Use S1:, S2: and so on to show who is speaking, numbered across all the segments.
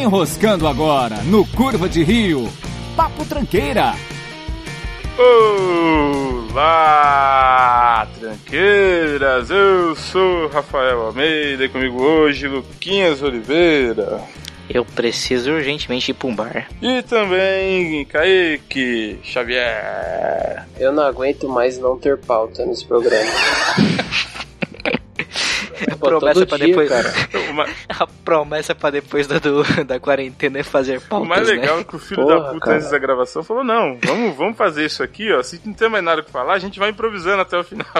S1: Enroscando agora no Curva de Rio. Papo Tranqueira.
S2: Olá, tranqueiras! Eu sou o Rafael Almeida e comigo hoje Luquinhas Oliveira.
S3: Eu preciso urgentemente ir pra um bar.
S2: E também Kaique Xavier.
S4: Eu não aguento mais não ter pauta nesse programa. Pô,
S3: promessa
S4: todo
S3: pra
S4: dia,
S3: depois.
S4: cara.
S2: Então, O ma-
S3: A promessa pra depois da, do- da quarentena é fazer
S2: o
S3: pautas,
S2: mais legal
S3: né?
S2: é que o filho
S4: Porra,
S2: da puta
S4: cara.
S2: antes da gravação falou: não, vamos, vamos fazer isso aqui, ó. Se não tem mais nada o que falar, a gente vai improvisando até o final.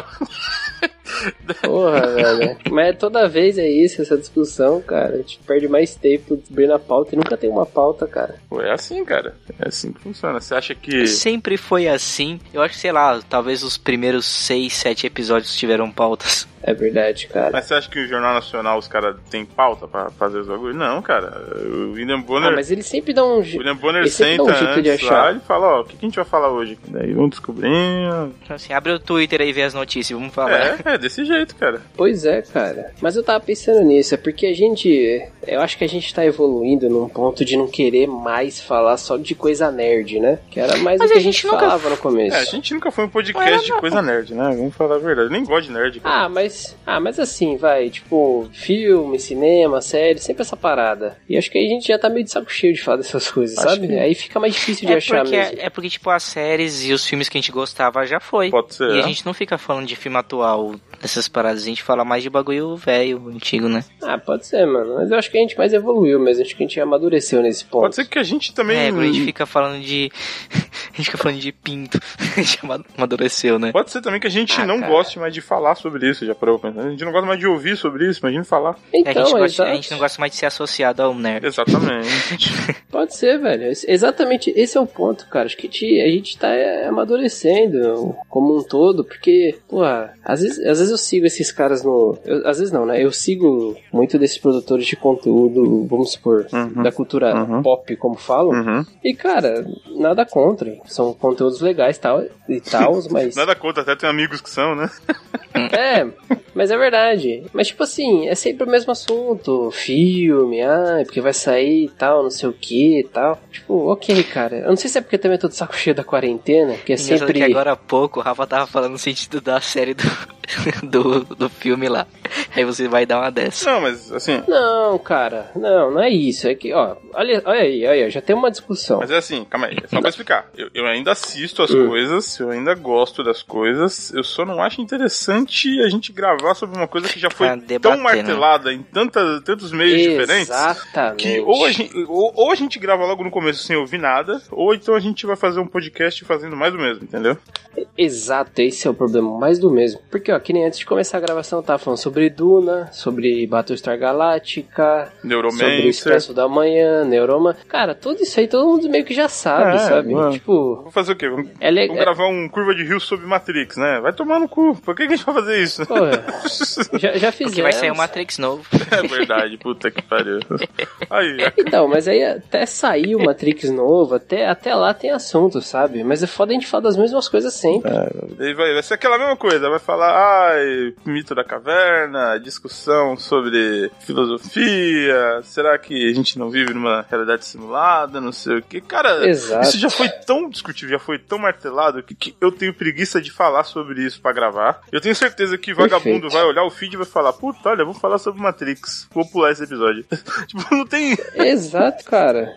S4: Porra, velho. Mas toda vez é isso, essa discussão, cara. A gente perde mais tempo descobrindo a pauta e nunca tem uma pauta, cara.
S2: Pô, é assim, cara. É assim que funciona. Você acha que.
S3: Sempre foi assim. Eu acho que, sei lá, talvez os primeiros seis, sete episódios tiveram pautas.
S4: É verdade, cara.
S2: Mas você acha que o Jornal Nacional os caras têm pauta pra fazer os bagulhos? Não, cara. O William Bonner.
S4: Ah, mas eles sempre dão um.
S2: O
S4: je-
S2: William Bonner
S4: Esse é
S2: senta
S4: um jeito de
S2: antes
S4: achar.
S2: lá e fala, ó, o que, que a gente vai falar hoje? Daí vão descobrindo.
S3: Então, assim, abre o Twitter aí e vê as notícias, vamos falar.
S2: É, é desse jeito, cara.
S4: Pois é, cara. Mas eu tava pensando nisso, é porque a gente. Eu acho que a gente tá evoluindo num ponto de não querer mais falar só de coisa nerd, né? Que era mais
S3: Mas
S4: o que
S3: a
S4: a gente,
S3: gente nunca-
S4: falava no começo.
S2: É, a gente nunca foi um
S3: Não
S2: podcast
S3: era,
S2: de coisa nerd, né? Vamos falar a verdade. Eu nem gosto de nerd, cara.
S4: Ah, mas. Ah, mas assim, vai, tipo, filme, cinema, série, sempre essa parada. E acho que aí a gente já tá meio de saco cheio de falar dessas coisas,
S2: Acho
S4: sabe?
S2: que-
S4: Aí fica mais difícil de achar
S3: porque,
S4: mesmo.
S3: é porque, tipo, as séries e os filmes que a gente gostava já foi.
S2: Pode ser.
S3: E
S2: né?
S3: a gente não fica falando de filme atual, dessas paradas. A gente fala mais de bagulho velho, antigo, né?
S4: Ah, pode ser, mano. Mas eu acho que a gente mais evoluiu mesmo. Acho que a gente amadureceu nesse ponto.
S2: Pode ser que a gente também.
S3: É, quando a gente fica falando de. a gente fica falando de pinto. A gente ama- amadureceu, né?
S2: Pode ser também que a gente
S3: Ah,
S2: não
S3: cara.
S2: goste mais de falar sobre isso, já parou pra pensar. A gente não gosta mais de ouvir sobre isso, imagina falar.
S3: É,
S4: Então,
S3: a, gente gosta,
S4: exato.
S3: a gente não gosta mais de ser associado a um nerd.
S2: Exatamente.
S4: Pode ser, velho. Esse- Exatamente esse é o ponto, cara. Acho que te- a gente tá é, amadurecendo como um todo, porque, porra, às vezes, às vezes eu sigo esses caras no. eu- às vezes não, né? Eu sigo muito desses produtores de conteúdo, vamos supor,
S2: Uhum,
S4: da cultura
S2: uhum.
S4: pop, como falam.
S2: Uhum.
S4: E, cara, nada contra. São conteúdos legais tal, e tal, mas.
S2: Nada contra, é até tem amigos que são, né?
S4: É, mas é verdade. Mas, tipo assim, é sempre o mesmo assunto. Filme, ah, é porque vai sair e tal, não sei o que e tal. Tipo, ok, cara. Eu não sei se é porque também eu tô de saco cheio da quarentena, que é
S3: Engraçado
S4: sempre...
S3: que agora há pouco o Rafa tava falando no sentido da série do, do, do filme lá. Aí você vai dar uma dessa.
S2: Não, mas assim.
S4: Não, cara, não, não é isso. É que, ó, olha, olha aí, olha aí, já tem uma discussão.
S2: Mas é assim, calma aí, só pra explicar. Eu, eu ainda assisto as
S4: Hum.
S2: coisas, eu ainda gosto das coisas, eu só não acho interessante a gente gravar sobre uma coisa que já foi
S3: Pra debater,
S2: tão
S3: né?
S2: martelada em tanta, tantos meios diferentes.
S4: Exatamente.
S2: um Que ou a, gente, ou, ou a gente grava logo no começo sem ouvir nada, ou então a gente vai fazer um podcast fazendo mais do mesmo, entendeu?
S4: Exato, esse é o problema, mais do mesmo. Porque, ó, que nem antes de começar a gravação, eu tava falando sobre Duna, sobre Battlestar Galactica, sobre é. o
S2: Neuromancer.
S4: Expresso da Manhã, Neuroma. Cara, tudo isso aí todo mundo meio que já sabe,
S2: É,
S4: sabe?
S2: mano.
S4: Tipo,
S2: Vou fazer o quê? Vamos,
S4: é
S2: vamos
S4: legal.
S2: gravar um curva de rio sobre Matrix, né? Vai tomar no cu. Por que, que a gente vai fazer isso?
S4: já, já
S3: Porque
S4: fizemos.
S3: vai sair o Matrix novo.
S2: é verdade, puta que pariu. Aí,
S4: Então, mas aí até sair o Matrix novo, até, até lá tem assunto, sabe? Mas é foda a gente falar das mesmas coisas sempre.
S2: Daí vai, vai ser aquela mesma coisa, vai falar, ai, mito da caverna, discussão sobre filosofia, será que a gente não vive numa realidade simulada, não sei o que. Cara,
S4: Exato.
S2: isso já foi tão discutível, já foi tão martelado, que, que eu tenho preguiça de falar sobre isso pra gravar. Eu tenho certeza que vagabundo
S4: Perfeito.
S2: vai olhar o feed e vai falar, puta, olha, vamos falar sobre Matrix, vou pular esse episódio. tipo, não tem...
S4: Exato, cara.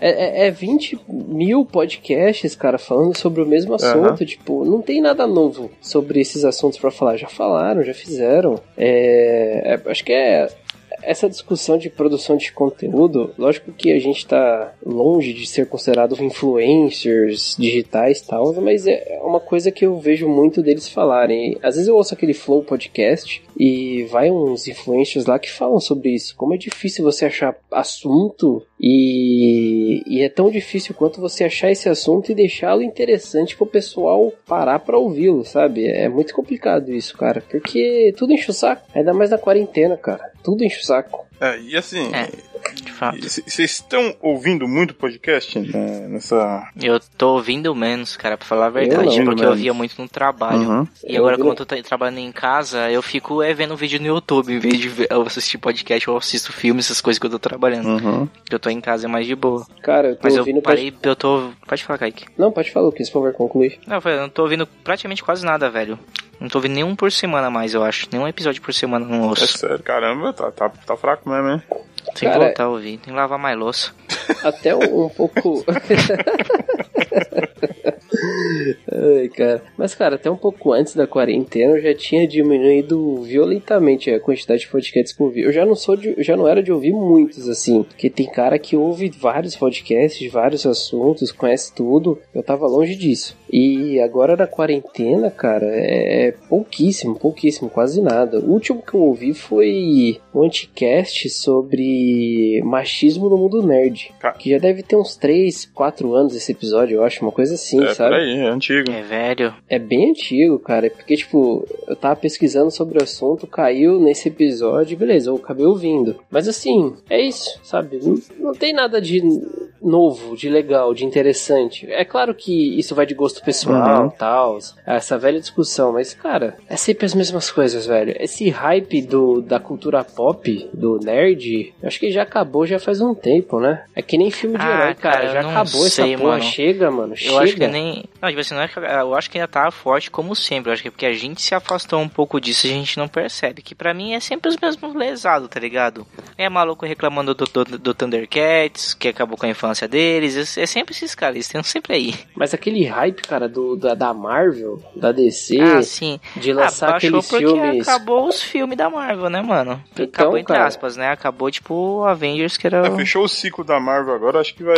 S4: É, é, é 20 mil podcasts, cara, falando sobre o mesmo assunto. Tipo, não tem nada novo sobre esses assuntos pra falar. Já falaram, já fizeram. É, é, acho que é. Essa discussão de produção de conteúdo, lógico que a gente tá longe de ser considerado influencers digitais e tal, mas é uma coisa que eu vejo muito deles falarem. Às vezes eu ouço aquele Flow podcast e vai uns influencers lá que falam sobre isso. Como é difícil você achar assunto e, e é tão difícil quanto você achar esse assunto e deixá-lo interessante pro pessoal parar pra ouvi-lo, sabe? É muito complicado isso, cara, porque tudo enche o saco. Ainda mais na quarentena, cara. Tudo enche o saco.
S2: É, e assim,
S3: É. fato.
S2: Vocês estão ouvindo muito podcast né, nessa.
S3: Eu tô ouvindo menos, cara, pra falar a verdade,
S4: não,
S3: porque eu
S2: menos.
S3: via muito no trabalho.
S2: Uhum.
S3: E agora,
S4: Eu-
S3: como eu tô tra- trabalhando em casa, eu fico é, vendo vídeo no YouTube, em vez de ver- eu assistir podcast, eu assisto filmes, essas coisas que eu tô trabalhando.
S2: Uhum.
S3: Que eu tô em casa é mais de boa.
S4: Cara, Hum. eu tô
S3: Mas eu
S4: ouvindo.
S3: parei, eu tô. Pode falar, Kaique.
S4: pra- Não, pode falar, Lucas, por favor, concluir.
S3: Não, eu não tô ouvindo praticamente quase nada, velho. Não tô ouvindo nenhum por semana mais, eu acho. Nenhum episódio por semana não
S2: É
S3: ouço.
S2: sério, caramba, tá, tá, tá fraco mesmo, hein?
S3: Tem que
S4: Cara,
S3: voltar a ouvir, tem que lavar mais louça.
S4: Até um, um pouco. Ai, cara. Mas, cara, até um pouco antes da quarentena eu já tinha diminuído violentamente a quantidade de podcasts que eu ouvi. Eu já não sou de, eu já não era de ouvir muitos, assim. Porque tem cara que ouve vários podcasts, de vários assuntos, conhece tudo. Eu tava longe disso. E agora na quarentena, cara, é pouquíssimo, pouquíssimo, quase nada. O último que eu ouvi foi um anticast sobre machismo no mundo nerd.
S2: Ca-
S4: Que já deve ter uns 3, 4 anos esse episódio, eu acho, uma coisa assim,
S2: é por
S4: sabe?
S2: aí, é antigo.
S3: É, velho.
S4: É bem antigo, cara, porque, tipo, eu tava pesquisando sobre o assunto, caiu nesse episódio, beleza, eu acabei ouvindo. Mas, assim, é isso, sabe? Não, não tem nada de novo, de legal, de interessante. É claro que isso vai de gosto pessoal
S2: Uhum.
S4: tal, essa velha discussão, mas, cara, é sempre as mesmas coisas, velho. Esse hype do, da cultura pop, do nerd, eu acho que já acabou já faz um tempo, né? É que nem filme de
S3: Ah,
S4: herói, cara,
S3: cara, eu
S4: já
S3: não
S4: acabou
S3: sei,
S4: essa porra,
S3: mano.
S4: chega, mano,
S3: Eu
S4: chega.
S3: acho que nem. Não, tipo assim, não é que, eu acho que ainda tá forte como sempre. Eu acho que é porque a gente se afastou um pouco disso e a gente não percebe. Que pra mim é sempre os mesmos lesados, tá ligado? É maluco reclamando do, do, do Thundercats, que acabou com a infância deles. É sempre esses caras, eles estão sempre aí.
S4: Mas aquele hype, cara, do, da, da Marvel, da DC,
S3: Ah, sim. Ah,
S4: de lançar
S3: baixou
S4: aqueles
S3: porque
S4: filmes.
S3: acabou os filmes da Marvel, né, mano?
S4: Então,
S3: acabou entre
S4: cara.
S3: aspas, né? Acabou tipo Avengers, que era.
S2: É, fechou o ciclo da Marvel agora, acho que vai,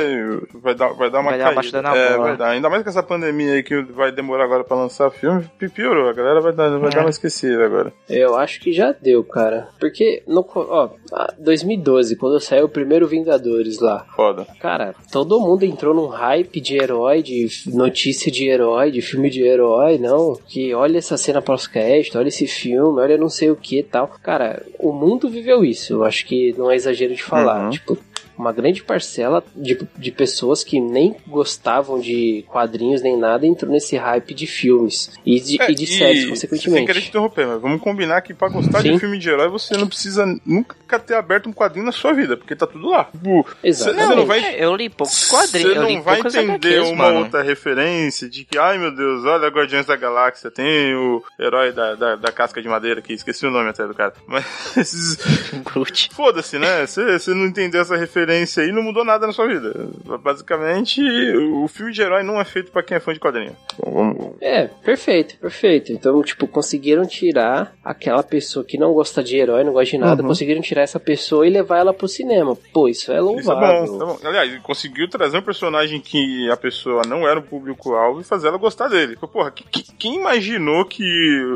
S2: vai, dar, vai dar uma
S3: Vai dar uma
S2: caída.
S3: batida na
S2: é,
S3: bola.
S2: vai dar. Ainda mais com essa pandemia aí que vai demorar agora pra lançar filme, pi- piorou. A galera vai dar, vai
S3: É.
S2: dar uma esquecida agora.
S4: Eu acho que já deu, cara. Porque, no, co- ó, ah, 2012, quando saiu o primeiro Vingadores lá,
S2: Foda.
S4: cara, todo mundo entrou num hype de herói, de f- notícia de herói, de filme de herói, não. Que olha essa cena pós-crédito, olha esse filme, olha não sei o que e tal. Cara, o mundo viveu isso. Eu acho que não é exagero de falar.
S2: Uhum.
S4: Tipo, uma grande parcela de, de pessoas que nem gostavam de quadrinhos nem nada entrou nesse hype de filmes e de,
S2: É,
S4: e de séries,
S2: Sem querer te
S4: consequentemente.
S2: interromper, mas vamos combinar que pra gostar
S4: Sim.
S2: de filme de herói você não precisa nunca ter aberto um quadrinho na sua vida, porque tá tudo lá. Tipo, você
S4: Exatamente.
S2: não vai.
S3: É, Eu li poucos
S2: Você
S3: quadrinhos, eu li
S2: não vai
S3: poucas
S2: entender
S3: HQs,
S2: uma
S3: mano.
S2: outra referência de que, ai meu Deus, olha Guardiões da Galáxia, tem o herói da, da, da casca de madeira que esqueci o nome até do cara. Mas esses,
S3: Groot.
S2: Foda-se, né? Você você não entendeu essa referência aí, não mudou nada na sua vida. Basicamente, o filme de herói não é feito pra quem é fã de quadrinho.
S4: É, perfeito, perfeito. Então, tipo, conseguiram tirar aquela pessoa que não gosta de herói, não gosta de nada,
S2: Uhum.
S4: conseguiram tirar essa pessoa e levar ela pro cinema. Pô, isso
S2: Isso
S4: é
S2: é
S4: louvável.
S2: bom, isso é bom. Aliás, conseguiu trazer um personagem que a pessoa não era o público-alvo e fazer ela gostar dele. Porque, Porra, que- que- quem imaginou que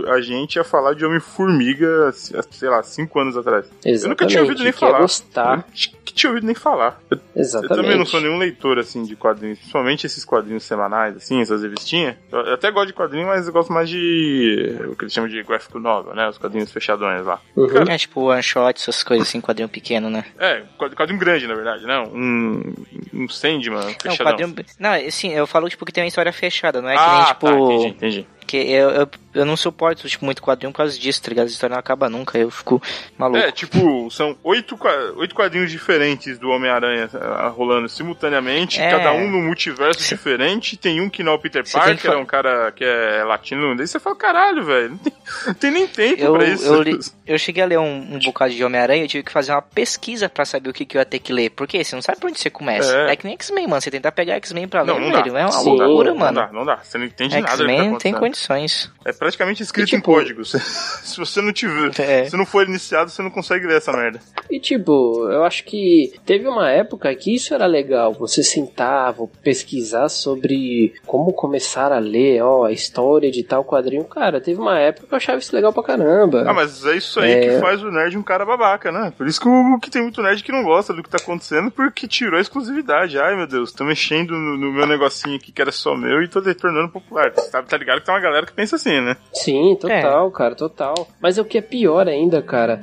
S2: a gente ia falar de Homem-Formiga, sei lá, cinco anos atrás?
S4: Exatamente.
S2: Eu nunca tinha ouvido nem
S4: quer
S2: falar.
S4: gostar.
S2: Eu Que tinha ouvido nem falar. Eu Eu
S4: Tá. Exatamente.
S2: também não sou nenhum leitor, assim, de quadrinhos. Principalmente esses quadrinhos semanais, assim, essas revistinhas. Eu eu até gosto de quadrinho, mas eu gosto mais de... O que eles chamam de gráfico novel, né? Os quadrinhos fechadões lá.
S4: Uhum.
S3: É tipo one shot, essas coisas assim, quadrinho pequeno, né?
S2: É, quad- quadrinho grande, na verdade, né? Um, um Sandman
S3: Não,
S2: fechadão.
S3: quadrinho. Não, assim, eu falo tipo que tem uma história fechada, não é
S2: ah,
S3: que nem
S2: tá, entendi,
S3: tipo.
S2: entendi.
S3: que eu, eu, eu não suporto tipo, muito quadrinho por causa disso, tá ligado? A história não acaba nunca, eu fico maluco.
S2: É, tipo, são oito, qua- oito quadrinhos diferentes do Homem-Aranha ah, rolando simultaneamente,
S3: É.
S2: cada um num multiverso
S3: Cê-
S2: diferente. Tem um que não é o Peter
S3: Cê tem
S2: Parker,
S3: que fa-
S2: é um cara que é latino. Daí você fala, caralho, velho, não tem, não tem nem tempo
S3: Eu,
S2: pra isso.
S3: eu, li- eu cheguei a ler um, um bocado de Homem-Aranha eu tive que fazer uma pesquisa pra saber o que, que eu ia ter que ler. Porque você não sabe por onde você começa.
S2: É.
S3: É, que nem X-Men, mano. Você tentar pegar X-Men pra ler,
S2: Não, não dá.
S3: velho, é uma
S4: Sim,
S3: loucura,
S2: não
S3: mano.
S2: dá, não dá. Você não entende nada do que tá
S3: X-Men não tem
S2: acontecendo.
S3: condições.
S2: É praticamente escrito
S4: E, tipo,
S2: em código. Se, se você não tiver.
S3: É.
S2: Se não for iniciado, você não consegue ler essa merda.
S4: E tipo, eu acho que teve uma época que isso era legal. Você sentava, pesquisar sobre como começar a ler, ó, a história de tal quadrinho. Cara, teve uma época que eu achava isso legal pra caramba.
S2: Ah, mas é isso aí
S4: É.
S2: que faz o nerd um cara babaca, né? Por isso que, o, que tem muito nerd que não gosta do que tá acontecendo, porque tirou a exclusividade. Ai, meu Deus, tô mexendo no, no meu negocinho aqui que era só meu e tô tornando popular. Tá, tá ligado que tem uma galera que pensa assim, né? né?
S4: Sim, total, cara, total. Mas é o que é pior ainda, cara,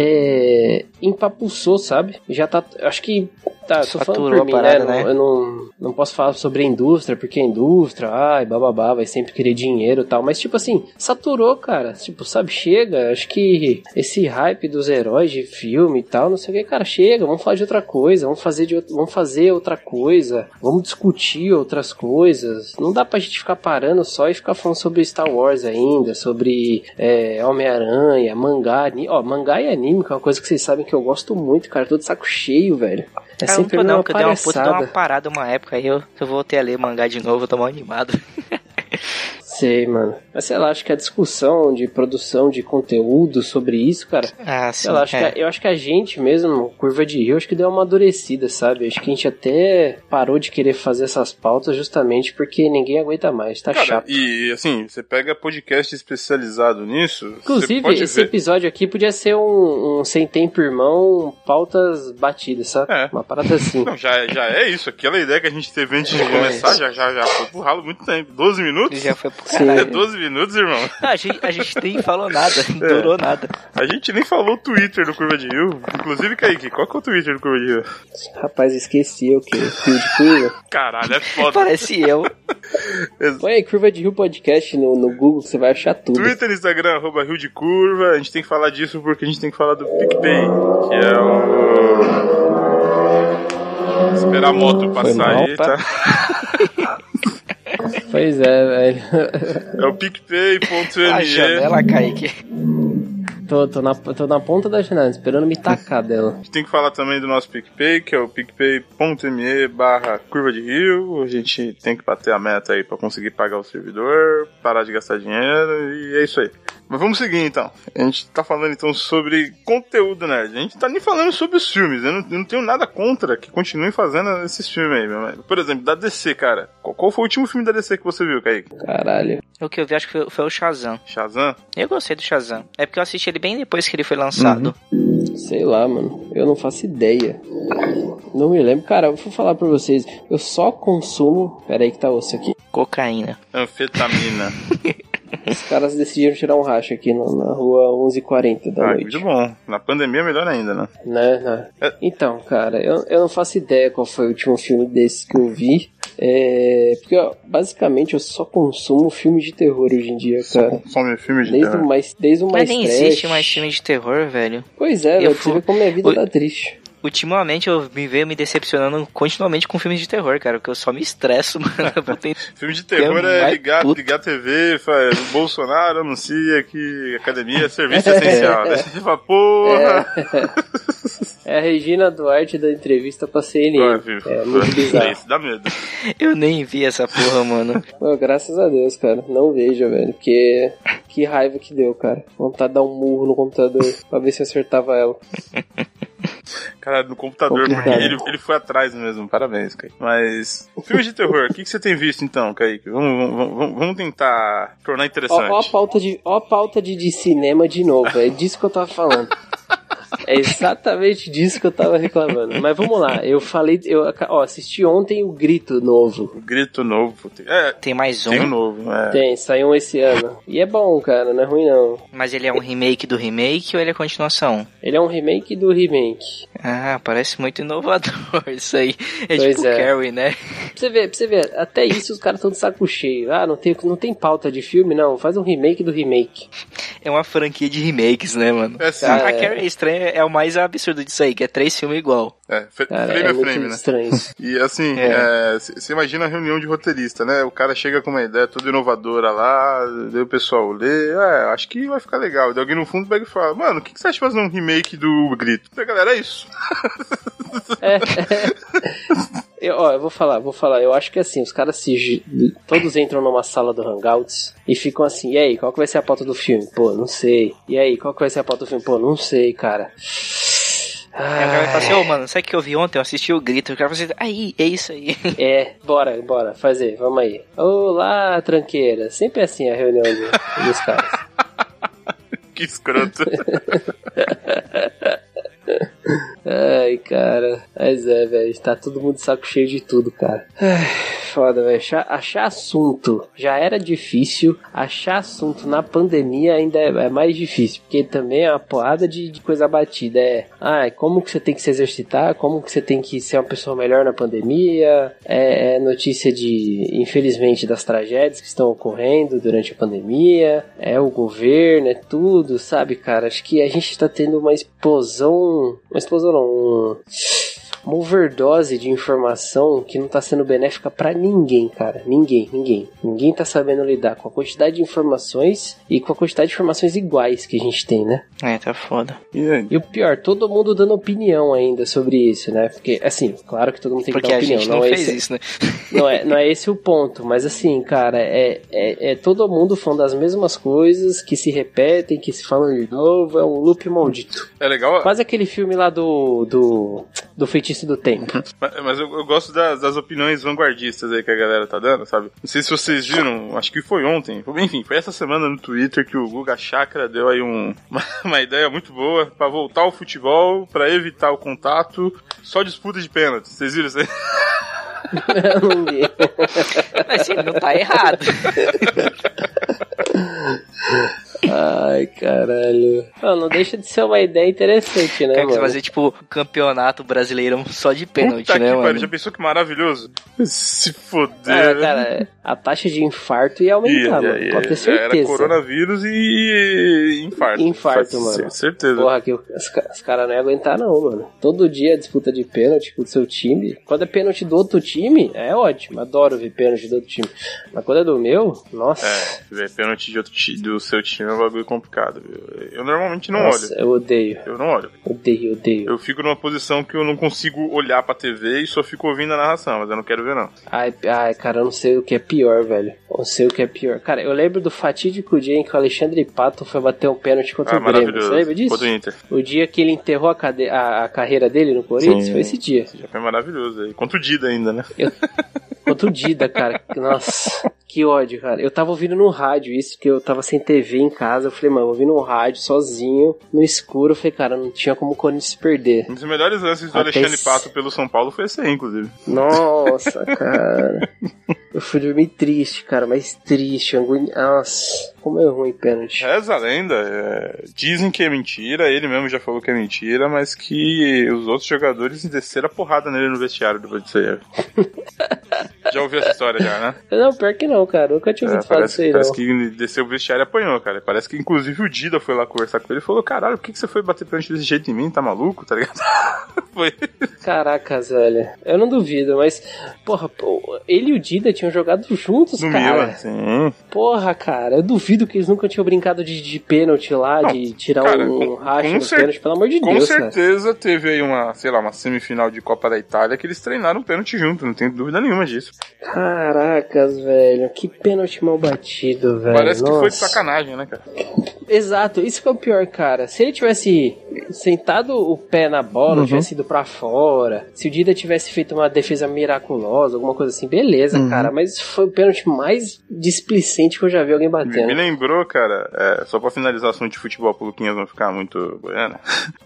S4: é. Empapuçou, sabe? Já tá. Acho que. Tá, eu tô falando
S3: Saturou
S4: por
S3: a
S4: mim,
S3: parada,
S4: né? Não-
S3: né?
S4: Eu não, não posso falar sobre a indústria, porque a indústria, ai, bababá, vai sempre querer dinheiro e tal. Mas, tipo assim, saturou, cara. Tipo, sabe, chega. Acho que esse hype dos heróis de filme e tal, não sei o que, cara, chega, vamos falar de outra coisa, vamos fazer, de, out- vamos fazer outra coisa, vamos discutir outras coisas. Não dá pra gente ficar parando só e ficar falando sobre Star Wars ainda, sobre é, Homem-Aranha, mangá, ani- ó, mangá e anime, que é uma coisa que vocês sabem que eu gosto muito, cara, tô de saco cheio, velho. É
S3: Cara, não
S4: sempre
S3: tô não,
S4: uma
S3: porque eu dei uma um puta, dei uma
S4: palhaçada.
S3: parada uma época, aí eu, eu voltei a ler mangá de novo, eu tô mal animado.
S4: Sei, mano. Mas sei lá, acho que a discussão de produção de conteúdo sobre isso, cara,
S3: Ah, sim,
S4: Sei lá, acho
S3: é.
S4: que a- eu acho que a gente mesmo, Curva de Rio, acho que deu uma amadurecida, sabe? Acho que a gente até parou de querer fazer essas pautas justamente porque ninguém aguenta mais, tá
S2: Cara,
S4: chato.
S2: e assim, você pega podcast especializado nisso. você
S4: Inclusive,
S2: pode
S4: esse
S2: ver.
S4: episódio aqui podia ser um, um Sem Tempo Irmão, pautas batidas, sabe?
S2: É.
S4: Uma parada assim.
S2: Não, já, já é isso. Aquela ideia que a gente teve antes de
S4: É.
S2: começar já, já, já foi pro ralo muito tempo. 12
S3: Ele
S2: minutos?
S3: já foi pro
S4: Sim.
S2: É
S3: caralho.
S2: 12 minutos, irmão.
S3: Não, a, gente, a gente nem falou nada, não
S2: É.
S3: durou nada.
S2: A gente nem falou o Twitter do Curva de Rio. Inclusive, Kaique, qual que é o Twitter do Curva de Rio?
S4: Rapaz, esqueci o que? Rio de Curva?
S2: Caralho, é foda.
S3: Parece eu.
S4: Põe aí, Curva de Rio Podcast no, no Google que você vai achar tudo.
S2: Twitter, Instagram, arroba Rio de Curva. A gente tem que falar disso porque a gente tem que falar do PicPay, que é o. Esperar a moto
S4: Foi
S2: passar
S4: mal,
S2: aí,
S4: tá?
S2: tá?
S4: Pois é, velho.
S2: É o é.
S3: A
S2: picpay.me.
S3: janela, Kaique.
S4: tô, tô, na, tô na ponta da janela, esperando me tacar dela.
S2: A gente tem que falar também do nosso PicPay, que é o picpay.me barra curva de rio. A gente tem que bater a meta aí pra conseguir pagar o servidor, parar de gastar dinheiro e é isso aí. Mas vamos seguir então. A gente tá falando então sobre conteúdo nerd. A gente tá nem falando sobre os filmes. Eu não, eu não tenho nada contra que continuem fazendo esses filmes aí, meu amigo. Por exemplo, da DC, cara. Qual, qual foi o último filme da DC que você viu, Kaique?
S4: Caralho.
S3: O que eu vi acho que foi, foi o Shazam.
S2: Shazam?
S3: Eu gostei do Shazam. É porque eu assisti ele bem depois que ele foi lançado.
S4: Uhum. Sei lá, mano. Eu não faço ideia. Não me lembro. Cara, eu vou falar pra vocês. Eu só consumo. Pera aí que tá osso aqui.
S3: Cocaína.
S2: Anfetamina.
S4: Os caras decidiram tirar um racha aqui no- na rua 11h40 da
S2: ah,
S4: noite.
S2: muito bom. Na pandemia, melhor ainda, né?
S4: Né, né.
S2: É.
S4: Então, cara, eu, eu não faço ideia qual foi o último filme desses que eu vi. É, porque, ó, basicamente, eu só consumo filme de terror hoje em dia, cara.
S2: Some filme de
S4: é. Desde
S2: terror.
S4: o mais, desde o
S3: Mas
S4: mais
S3: nem
S4: trash.
S3: existe mais filme de terror, velho.
S4: Pois é,
S3: Eu
S4: velho, você
S3: fui-
S4: vê como minha vida
S3: Oi.
S4: tá triste.
S3: Ultimamente eu me vejo me decepcionando continuamente com filmes de terror, cara, porque eu só me estresso, mano. Eu tenho-
S2: Filme de terror
S3: Tem um
S2: é
S3: mais
S2: ligar,
S3: puto.
S2: ligar a TV, faz, o Bolsonaro anuncia que academia é serviço essencial. Daí você fala, porra!
S4: É a Regina Duarte da entrevista pra
S2: Agora,
S4: CNN.
S2: filho,
S4: É, muito bizarro.
S2: Isso dá medo.
S3: Eu nem vi essa porra, mano.
S4: Pô, graças a Deus, cara. Não vejo, velho. Porque que raiva que deu, cara. Vontade de dar um murro no computador pra ver se eu acertava ela.
S2: Cara, no computador,
S4: Complicado.
S2: porque ele, ele foi atrás mesmo. Parabéns, Kaique. Mas, filme de terror, o que, que você tem visto então, Kaique? Vamos, vamos, vamos, vamos tentar tornar
S4: Ó, ó a
S2: interessante.
S4: pauta, de, ó a pauta de, de cinema de novo. É disso que eu tava falando. É exatamente disso que eu tava reclamando. Mas vamos lá. Eu falei. Eu aca- ó, assisti ontem o Grito novo.
S2: O grito novo. tem- É,
S3: Tem mais um,
S2: tem um novo. É.
S4: Tem, saiu esse ano. E é bom, cara. Não é ruim, não.
S3: mas ele é um remake do remake ou ele é continuação?
S4: Ele é um remake do remake.
S3: Ah, parece muito inovador isso aí. É
S4: Pois
S3: tipo
S4: é.
S3: Carrie, né?
S4: Pra você ver, pra você ver. Até isso os caras estão de saco cheio. Ah, não tem, não tem pauta de filme, não. Faz um remake do remake.
S3: É uma franquia de remakes, né, mano?
S2: É sim.
S4: Cara,
S3: a Carrie é estranha é o mais absurdo disso aí, que é três filmes igual.
S2: É, fre-
S4: Cara,
S2: frame
S4: é
S2: a
S4: muito
S2: frame, né?
S4: estranho isso.
S2: E assim, você imagina a reunião de roteirista, né? O cara chega com uma ideia toda inovadora lá, daí o pessoal lê, é, acho que vai ficar legal. Daí alguém no fundo pega e fala, mano, o que, que você acha de fazer um remake do Grito? Daí, a galera, é isso.
S4: É. Eu, ó, eu vou falar, vou falar. Eu acho que assim, os caras se. ju- Todos entram numa sala do Hangouts e ficam assim: e aí, qual que vai ser a pauta do filme? Pô, não sei. E aí, qual que vai ser a pauta do filme? Pô, não sei, cara.
S2: É,
S3: Aí o cara fala
S2: tá
S4: Ah,
S3: assim, ô, mano, sabe o que eu vi ontem? Eu assisti o grito. O cara fala assim, aí, é isso aí.
S4: é, bora, bora, fazer, vamos aí. Olá, tranqueira. Sempre é assim a reunião do- dos caras.
S2: Que escroto.
S4: Ai, cara. É, Mas é, velho, tá todo mundo de saco cheio de tudo, cara. Ai, foda, velho. Achar, achar assunto já era difícil. Achar assunto na pandemia ainda é, é mais difícil, porque também é uma porrada de, de coisa batida. É, ah, como que você tem que se exercitar? Como que você tem que ser uma pessoa melhor na pandemia? É, é notícia de, infelizmente, das tragédias que estão ocorrendo durante a pandemia. É o governo, é tudo, sabe, cara? Acho que a gente tá tendo uma explosão. Uma explosão não. um- uma overdose de informação que não tá sendo benéfica pra ninguém, cara. Ninguém, ninguém. Ninguém tá sabendo lidar com a quantidade de informações e com a quantidade de informações iguais que a gente tem, né?
S3: É, tá foda.
S2: E aí?
S4: E o pior, todo mundo dando opinião ainda sobre isso, né? Porque, assim, claro que todo mundo tem que
S3: Porque
S4: dar
S3: a
S4: opinião.
S3: gente não,
S4: é
S3: fez
S4: esse,
S3: isso, né?
S4: não é, não é esse o ponto, mas assim, cara, é, é, é todo mundo falando as mesmas coisas que se repetem, que se falam de novo, é um loop maldito.
S2: É legal,
S4: Quase aquele filme lá do. do. do feitiço do tempo.
S2: ma- mas eu, eu gosto das, das opiniões vanguardistas aí que a galera tá dando, sabe? Não sei se vocês viram, acho que foi ontem, enfim, foi essa semana no Twitter que o Guga Chakra deu aí um- uma, uma ideia muito boa pra voltar ao futebol, pra evitar o contato, só disputa de pênalti. Vocês viram isso aí?
S4: Não vi.
S3: Mas ele não tá errado.
S4: Ai, caralho. Não, não deixa de ser uma ideia interessante, né,
S3: Quer que você
S4: mano?
S3: fazer, tipo, um campeonato brasileiro só de pênalti,
S2: Puta
S3: né,
S2: que
S3: mano?
S2: pariu, Tá já pensou que maravilhoso? Se foder.
S4: É, Cara, Ah, cara, a taxa de infarto ia
S2: Ia,
S4: aumentar,
S2: ia,
S4: mano.
S2: ia.
S4: Pode ter
S2: Era
S4: certeza.
S2: coronavírus e infarto.
S4: Infarto,
S2: Faz
S4: mano.
S2: Certeza.
S4: Porra, que os, ca- os caras não iam aguentar, não, mano. Todo dia disputa de pênalti com o seu time. Quando é pênalti do outro time, é ótimo. Adoro ver pênalti do outro time. Mas quando é do meu, nossa.
S2: É, ver pênalti de outro ti- do seu time é um bagulho complicado. viu? Eu normalmente não
S4: nossa,
S2: olho.
S4: eu odeio.
S2: Eu não olho.
S4: Odeio, odeio.
S2: Eu fico numa posição que eu não consigo olhar pra TV e só fico ouvindo a narração, mas eu não quero ver, não.
S4: Ai, ai, cara, eu não sei o que é pior, velho. Eu não sei o que é pior. Cara, eu lembro do fatídico dia em que o Alexandre Pato foi bater um pênalti contra
S2: Ah,
S4: o Grêmio. Você
S2: maravilhoso.
S4: lembra disso?
S2: Contra o Inter.
S4: O dia que ele enterrou a, cade- a- a carreira dele no Corinthians,
S2: Sim.
S4: foi esse dia.
S2: Já foi é maravilhoso. E contra o Dida ainda, né?
S4: Outro Dida, cara. Nossa, que ódio, cara. Eu tava ouvindo no rádio isso, que eu tava sem TV em casa. Eu falei, mano, eu ouvi no rádio, sozinho, no escuro. Eu falei, cara, não tinha como o Corinthians se perder.
S2: Um dos melhores lances do
S4: Ah,
S2: Alexandre
S4: pense-
S2: Pato pelo São Paulo foi esse aí, inclusive.
S4: Nossa, cara. Eu fui dormir triste, cara, mas triste, angúnia. Nossa, como é ruim pênalti.
S2: Reza a lenda, é, dizem que é mentira, ele mesmo já falou que é mentira, mas que os outros jogadores desceram a porrada nele no vestiário depois disso aí. já ouviu essa história já, né?
S4: Não, pior que não, cara. Eu nunca tinha
S2: É,
S4: ouvido falar disso
S2: parece
S4: aí,
S2: parece
S4: não.
S2: que ele desceu o vestiário e apanhou, cara. Parece que inclusive o Dida foi lá conversar com ele e falou: Caralho, por que, que você foi bater pênalti desse jeito em mim? Tá maluco? Tá ligado? foi.
S4: Caracas, velho. Eu não duvido, mas, porra, pô, ele e o Dida tinham jogado juntos,
S2: No
S4: cara.
S2: Milan, sim.
S4: Porra, cara, eu duvido que eles nunca tinham brincado de, de pênalti lá,
S2: Não,
S4: de tirar
S2: cara,
S4: um,
S2: com-
S4: racha
S2: com
S4: no
S2: cer-
S4: pênalti, pelo amor de
S2: Com
S4: Deus, né? cara.
S2: certeza teve aí uma, sei lá, uma semifinal de Copa da Itália que eles treinaram um pênalti junto, não tenho dúvida nenhuma disso.
S4: Caracas, velho, que pênalti mal batido, velho.
S2: Parece que foi de
S4: nossa.
S2: sacanagem, né, cara?
S4: Exato, isso que é o pior, cara. Se ele tivesse sentado o pé na bola, tivesse ido pra fora, se o Dida tivesse feito uma defesa miraculosa, alguma coisa assim, beleza, cara, mas foi o pênalti mais displicente que eu já vi alguém
S2: Me, me
S4: batendo.
S2: lembrou, cara, é, só pra finalizar o assunto de futebol pro Luquinhas não ficar muito né? boiana.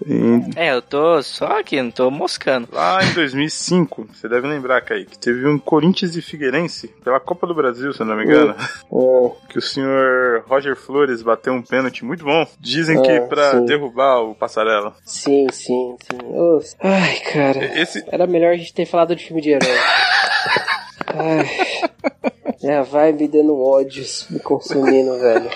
S2: Em-
S3: É, eu tô só aqui, não tô moscando.
S2: Lá em 2005, você deve lembrar, Kaique, teve um Corinthians e Figueirense pela Copa do Brasil, se eu não me engano,
S4: Oh,
S2: que o senhor Roger Flores bateu um pênalti muito bom. Dizem que
S4: É,
S2: pra
S4: sim.
S2: derrubar o Passarela.
S4: sim, sim, sim. Oh, Ai, cara.
S2: Esse,
S4: Era melhor a gente ter falado de filme de herói. Ai, já vai me dando ódios, me consumindo, velho.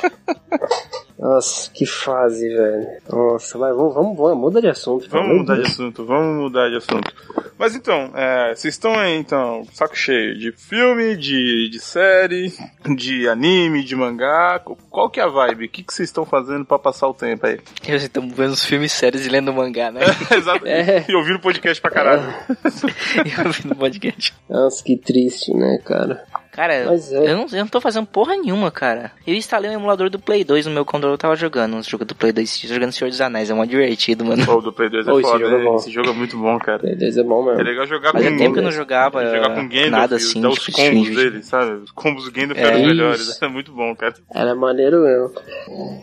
S4: Nossa, que fase, velho. Nossa, vai, vamos, vamos, vamos muda de assunto.
S2: Vamos mudar de assunto, vamos mudar de assunto. Mas então, é, vocês estão aí, então, saco cheio de filme, de, de série, de anime, de mangá. Qual que é a vibe? O que que vocês estão fazendo pra passar o tempo aí?
S3: Eu assim, tô vendo os filmes sérios e lendo mangá, né?
S2: Exato.
S4: É.
S2: E ouvindo podcast pra caralho.
S3: Eu vi no podcast.
S4: Nossa, que triste, né, cara?
S3: Cara,
S4: Mas é.
S3: eu, não, eu não tô fazendo porra nenhuma, cara. Eu instalei um emulador do Play 2 no meu controle, eu tava jogando um jogo do Play 2, jogando Senhor dos Anéis, é mó divertido, mano.
S2: Pô, o do Play 2 é
S4: Oh, esse
S2: foda,
S4: jogo é
S2: hein?
S4: bom.
S2: esse jogo é muito bom, cara.
S4: Beleza, é bom
S2: É
S4: mesmo.
S2: legal jogar
S3: Fazia
S2: com
S3: tempo que eu não jogava
S2: Jogar com Gandalf,
S3: nada
S2: e
S3: assim,
S2: dar os
S3: tipo, de
S2: combos
S3: filme.
S2: dele, sabe? Os combos do Gandalf
S3: É,
S2: eram os
S4: isso.
S2: melhores. É muito bom, cara.
S4: Era maneiro mesmo.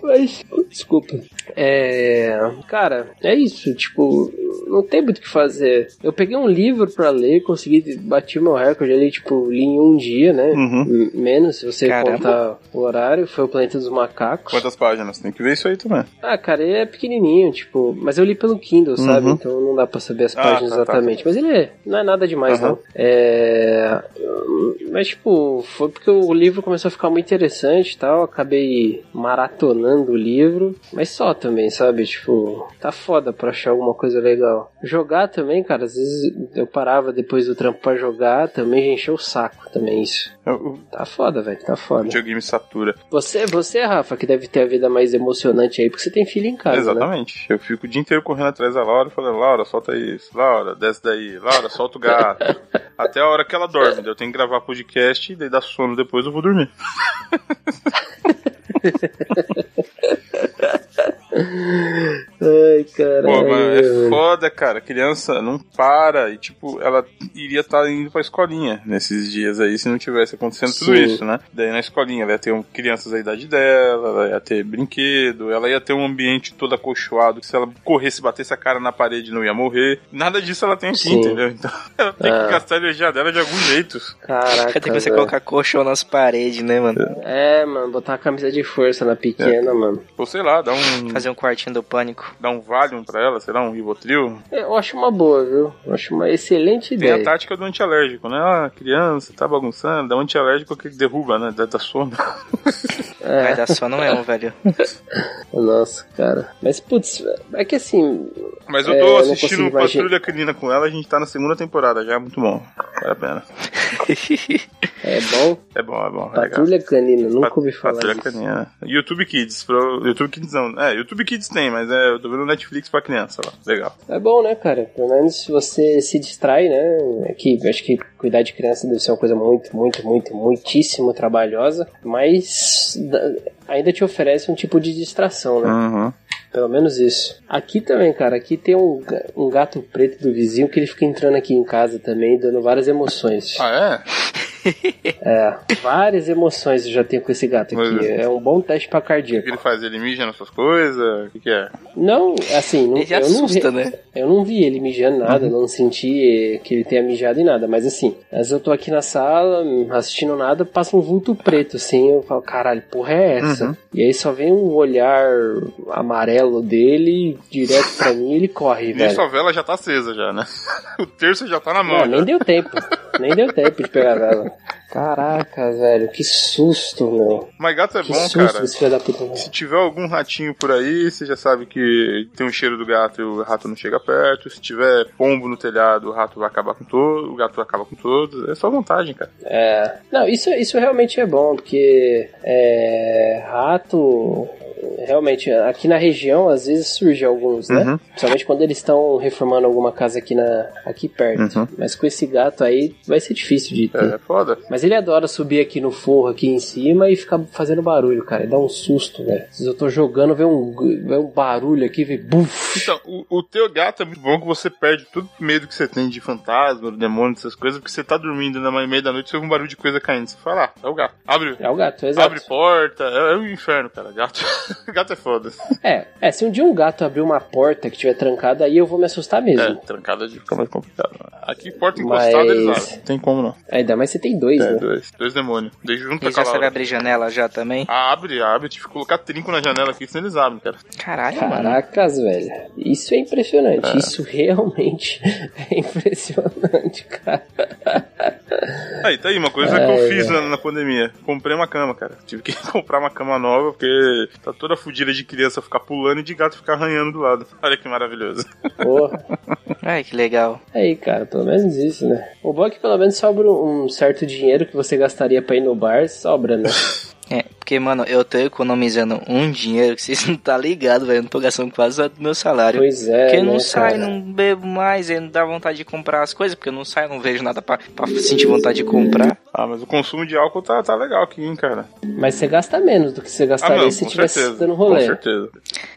S4: Mas, desculpa. É. Cara, é isso. Tipo, não tem muito o que fazer. Eu peguei um livro pra ler, consegui bati meu recorde ali, tipo, li em um dia, né?
S2: Uhum.
S4: Menos, se você
S3: Caramba.
S4: contar o horário, foi o Planeta dos Macacos.
S2: Quantas páginas? Tem que ver isso aí também.
S4: Ah, cara, ele é pequenininho, tipo, mas eu li pelo Kindle, sabe?
S2: Uhum.
S4: Então não dá pra saber as
S2: Ah,
S4: páginas
S2: tá, tá.
S4: exatamente. Mas ele é, não é nada demais,
S2: Uhum.
S4: não. É. Mas, tipo, foi porque o livro começou a ficar muito interessante e tal. Acabei maratonando o livro. Mas só também, sabe? Tipo, tá foda pra achar alguma coisa legal. Jogar também, cara, às vezes eu parava depois do trampo pra jogar, também já encheu o saco também isso.
S2: É, O o
S4: Tá foda, velho, tá foda.
S2: videogame satura.
S4: Você, você, Rafa, que deve ter a vida mais emocionante aí, porque você tem filho em
S3: Tá,
S4: casa, né?
S2: Exatamente. Eu fico o dia inteiro correndo atrás da Laura, falando, Laura, solta isso, Laura, desce daí, Laura, solta o gato. Até a hora que ela dorme. daí Eu tenho que gravar podcast e daí dá sono depois eu vou dormir.
S4: Ai, caralho.
S2: Pô, mano, é
S4: velho.
S2: foda, cara. Criança não para e, tipo, ela iria estar indo pra escolinha nesses dias aí se não tivesse acontecendo tudo
S4: Sim.
S2: isso, né? Daí na escolinha ela ia ter um, crianças da idade dela, ela ia ter brinquedo, ela ia ter um ambiente todo acolchoado que se ela corresse, batesse a cara na parede não ia morrer. Nada disso ela tem aqui,
S4: Sim.
S2: entendeu? Então ela tem
S4: É.
S2: que gastar a energia dela de algum jeito.
S4: Caraca,
S3: Tem que você
S4: velho.
S3: colocar colchão nas paredes, né, mano?
S4: É, mano, botar uma camisa de força na
S2: É.
S4: pequena, mano.
S2: Ou sei lá, dá
S4: É.
S2: um.
S3: Fazer um quartinho do pânico.
S2: Dá um Valium pra ela, sei lá, um Rivotril.
S4: Eu acho uma boa, viu? Eu acho uma excelente
S2: Tem a
S4: ideia.
S2: tática do antialérgico, né? Ah, criança, tá bagunçando, dá um antialérgico que derruba, né? Dá, dá sono.
S4: É.
S3: Vai dar sono mesmo, é um, velho.
S4: Nossa, cara. Mas, putz, é que assim,
S2: Mas eu
S4: É,
S2: tô
S4: eu não
S2: assistindo
S4: consigo imaginar.
S2: Patrulha Canina com ela, a gente tá na segunda temporada já, é muito bom. Vale a pena.
S4: é bom.
S2: É bom, é bom, é legal.
S4: Patrulha canina, nunca
S2: Pat-
S4: ouvi falar
S2: Patrulha
S4: disso.
S2: Canina. YouTube Kids, pro... YouTube Kids não. É, YouTube Kids tem, mas é, eu tô vendo Netflix pra criança lá. Legal.
S4: É bom, né, cara? Pelo menos você se distrai, né? É que eu acho que cuidar de criança deve ser uma coisa muito, muito, muito, muitíssimo trabalhosa, mas da- ainda te oferece um tipo de distração, né?
S2: Uhum.
S4: Pelo menos isso. Aqui também, cara, aqui tem um, ga- um gato preto do vizinho que ele fica entrando aqui em casa também, dando várias emoções.
S2: Ah, é?
S4: É, várias emoções eu já tenho com esse gato
S2: Mas-
S4: aqui. É um bom teste pra
S2: O que
S4: cardíaco.
S2: ele faz? Ele mija nas suas coisas? O que, que é?
S4: Não, assim, não,
S3: Ele já
S4: eu, não vi,
S3: assusta, né? Uhum.
S4: eu não vi ele mijando nada, não senti que ele tenha mijado em nada, mas assim, às vezes eu tô aqui na sala, assistindo nada, passa um vulto preto, assim, eu falo, caralho, porra é essa?
S3: Uhum.
S4: E aí só vem um olhar amarelo dele direto pra mim e ele corre,
S2: Nem
S4: velho.
S2: sua vela já tá acesa já, né? o terço já tá na mão.
S4: Não,
S2: já.
S4: nem deu tempo. Nem deu tempo de pegar a vela. Caraca, velho, que susto, meu.
S2: Mas gato é
S4: Que
S2: bom,
S4: susto
S2: cara.
S4: desse filho da puta. meu.
S2: Se tiver algum ratinho por aí, você já sabe que tem o cheiro do gato e o rato não chega perto. Se tiver pombo no telhado, o rato vai acabar com todo, o gato acaba com todos. É só vantagem, cara.
S4: É. Não, isso, isso realmente é bom, porque é, rato. Realmente, aqui na região, às vezes surge alguns, né?
S2: Uhum.
S4: Principalmente quando eles estão reformando alguma casa aqui, na, aqui perto.
S2: Uhum.
S4: Mas com esse gato aí, vai ser difícil de ter.
S2: É, é foda.
S4: Mas ele adora subir aqui no forro, aqui em cima, e ficar fazendo barulho, cara. E dá um susto, velho. Às vezes eu tô jogando, vem um, vem um barulho aqui, vem buf.
S2: Então, o, o teu gato é muito bom que você perde todo o medo que você tem de fantasma, do demônio, essas coisas, porque você tá dormindo na meia da noite, você ouve um barulho de coisa caindo. Você fala, ah, é o gato. Abre,
S4: É o gato, exato.
S2: abre porta, é, é um inferno, cara. Gato, gato é foda.
S4: É, é, se um dia um gato abrir uma porta que tiver trancada, aí eu vou me assustar
S2: É,
S4: mesmo.
S2: trancada de fica mais complicado. Aqui, porta encostada, é eles
S4: Mas-
S2: abrem. Não tem como, não.
S4: Ainda mais você tem dois,
S2: É,
S4: né?
S2: dois, dois demônios. Daí junta
S3: Ele
S2: com a
S3: já sabe
S2: Laura.
S3: abrir janela já também?
S2: Abre, abre, tive que colocar trinco na janela aqui, senão eles abrem, cara.
S3: Caralho, mano.
S4: Caracas, velho. Isso é impressionante. Isso realmente é impressionante, cara.
S2: Aí, tá aí, uma coisa que eu fiz na, na pandemia. Comprei uma cama, cara. Tive que comprar uma cama nova, porque tá toda fodida de criança ficar pulando e de gato ficar arranhando do lado. Olha que maravilhoso.
S4: Porra.
S3: Ai, que legal.
S4: Aí, cara, pelo menos isso, né? O bom é que pelo menos sobra um certo dinheiro que você gastaria pra ir no bar, sobra, né?
S3: É, porque, mano, eu tô economizando um dinheiro que vocês não tá ligado, velho. Eu não tô gastando quase nada do meu salário.
S4: Pois é.
S3: Porque eu
S4: né,
S3: não saio,
S4: cara?
S3: não bebo mais, aí não dá vontade de comprar as coisas, porque eu não saio, não vejo nada pra, pra sentir vontade de comprar.
S2: Ah, mas o consumo de álcool tá, tá legal aqui, hein, cara.
S4: Mas você gasta menos do que você
S2: Ah,
S4: gastaria
S2: não,
S4: tá se
S2: com
S4: tivesse
S2: certeza.
S4: dando
S2: Com
S4: rolê.
S2: certeza.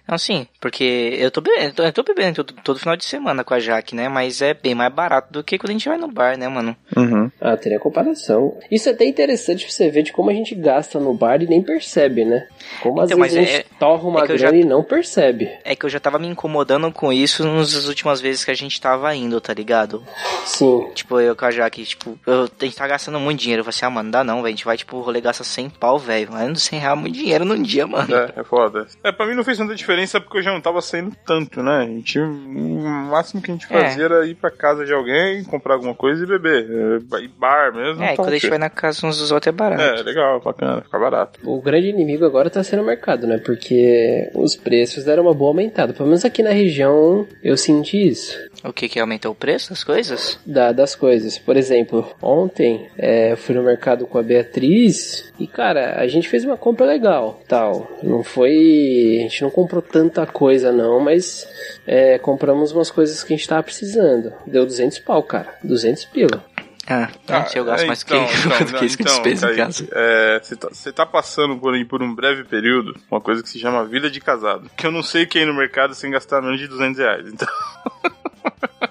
S3: Não, sim, porque eu tô bebendo, eu tô- eu tô bebendo todo, todo final de semana com a Jaque, né? Mas é bem mais barato do que quando a gente vai no bar, né, mano?
S2: Uhum.
S4: Ah, teria comparação. Isso é até interessante pra você ver de como a gente gasta no bar e nem ninguém percebe, né? Como às
S3: Então,
S4: vezes a
S3: mas
S4: gente
S3: é-
S4: torra uma
S3: é que eu
S4: grana
S3: já-
S4: e não percebe.
S3: É que eu já tava me incomodando com isso nas últimas vezes que a gente tava indo, tá ligado?
S4: Sim.
S3: Tipo, eu com a Jaque, tipo, eu, a gente tá gastando muito dinheiro. Eu falei assim, ah, mano, dá não, velho. A gente vai, tipo, o rolê gasta 100 pau, velho. Mas não 100 reais é muito dinheiro num dia, mano.
S2: É, é foda. É, pra mim não fez tanta diferença porque eu já não tava saindo tanto, né? A gente, o máximo que a gente
S3: É.
S2: fazia era ir pra casa de alguém, comprar alguma coisa e beber. É, e bar mesmo.
S3: É, e
S2: tá
S3: quando a gente
S2: ok.
S3: vai na casa uns dos outros é barato.
S2: É, legal, bacana, fica barato.
S4: O grande inimigo agora tá sendo o mercado, né? Porque os preços deram uma boa aumentada. Pelo menos aqui na região eu senti isso.
S2: É.
S3: O que que aumentou o preço das coisas?
S4: da- das coisas. Por exemplo, ontem é, eu fui no mercado com a Beatriz e, cara, a gente fez uma compra legal, tal. Não foi... A gente não comprou tanta coisa, não, mas é, compramos umas coisas que a gente tava precisando. Deu 200 pau, cara. 200 pila.
S3: Ah, não sei, eu gasto
S2: é,
S3: mais
S2: então,
S3: do que, do que
S2: então,
S3: isso que eu
S2: então,
S3: despeso em
S2: Kaique,
S3: casa.
S2: é, Você tá, você tá passando por, por um breve período, uma coisa que se chama vida de casado. Que eu não sei quem ir no mercado sem gastar menos de 200 reais. Então.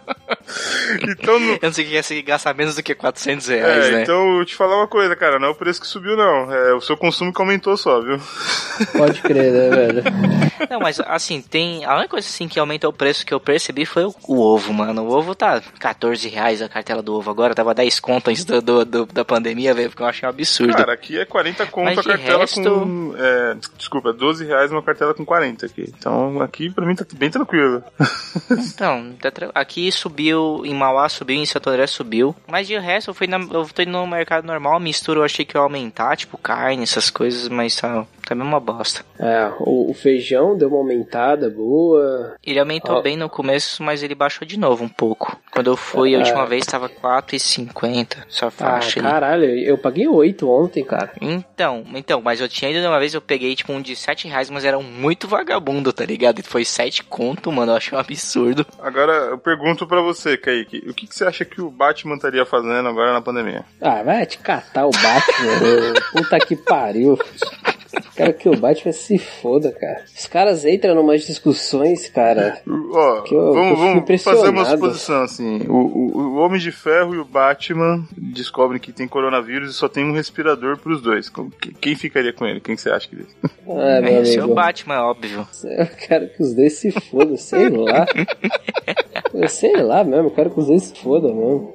S2: então não-
S3: Eu não sei o que é se gastar menos do que 400 reais,
S2: é,
S3: né?
S2: então eu te falar uma coisa, cara, não é o preço que subiu, não. É o seu consumo que aumentou só, viu?
S4: Pode crer, né, velho?
S3: Não, mas assim, tem. A única coisa assim que aumentou o preço que eu percebi foi o, o ovo, mano. O ovo tá 14 reais a cartela do ovo agora, tava 10 conto antes do, do- do- da pandemia, velho, porque eu achei um absurdo.
S2: Cara, aqui é 40 conto
S3: Mas
S2: a
S3: de
S2: cartela
S3: resto-
S2: com. É, desculpa, 12 reais uma cartela com 40 aqui. Então aqui pra mim tá bem tranquilo.
S3: Então, tá tra- aqui subiu, em Mauá subiu, em Santo André subiu. Mas de resto, eu fui na- eu tô indo no mercado normal, mistura, eu achei que ia aumentar, tipo carne, essas coisas, mas tá, tá mesmo uma bosta.
S4: É, o, o feijão deu uma aumentada boa.
S3: Ele aumentou
S4: Ó.
S3: bem no começo, mas ele baixou de novo um pouco. Quando eu fui a última vez, tava 4,50, só
S4: É. Ah,
S3: faixa ali.
S4: caralho, eu paguei 8 ontem, cara.
S3: Então, então, mas eu tinha ido uma vez, eu peguei tipo um de 7 reais, mas era um muito vagabundo, tá ligado? E foi 7 conto, mano, eu achei um absurdo.
S2: Agora eu pergunto pra você, Kaique, o que, que você acha que o Batman estaria fazendo agora na pandemia?
S4: Ah, vai te catar o Batman. ô. Puta que pariu. Cara, que o Batman se foda, cara. Os caras entram numas discussões, cara.
S2: Ó,
S4: Que eu- eu
S2: vamos, vamos
S4: fico
S2: fazer uma
S4: impressionado.
S2: suposição assim. O, o, o Homem de Ferro e o Batman descobrem que tem coronavírus e só tem um respirador pros dois. Com- que- Quem ficaria com ele? Quem que você acha que
S4: Ah, meu
S3: Esse é o
S4: amigo.
S3: Batman, óbvio.
S4: Eu quero que os dois se fodam, sei lá. Eu sei lá mesmo, eu quero que os dois se fodam mesmo.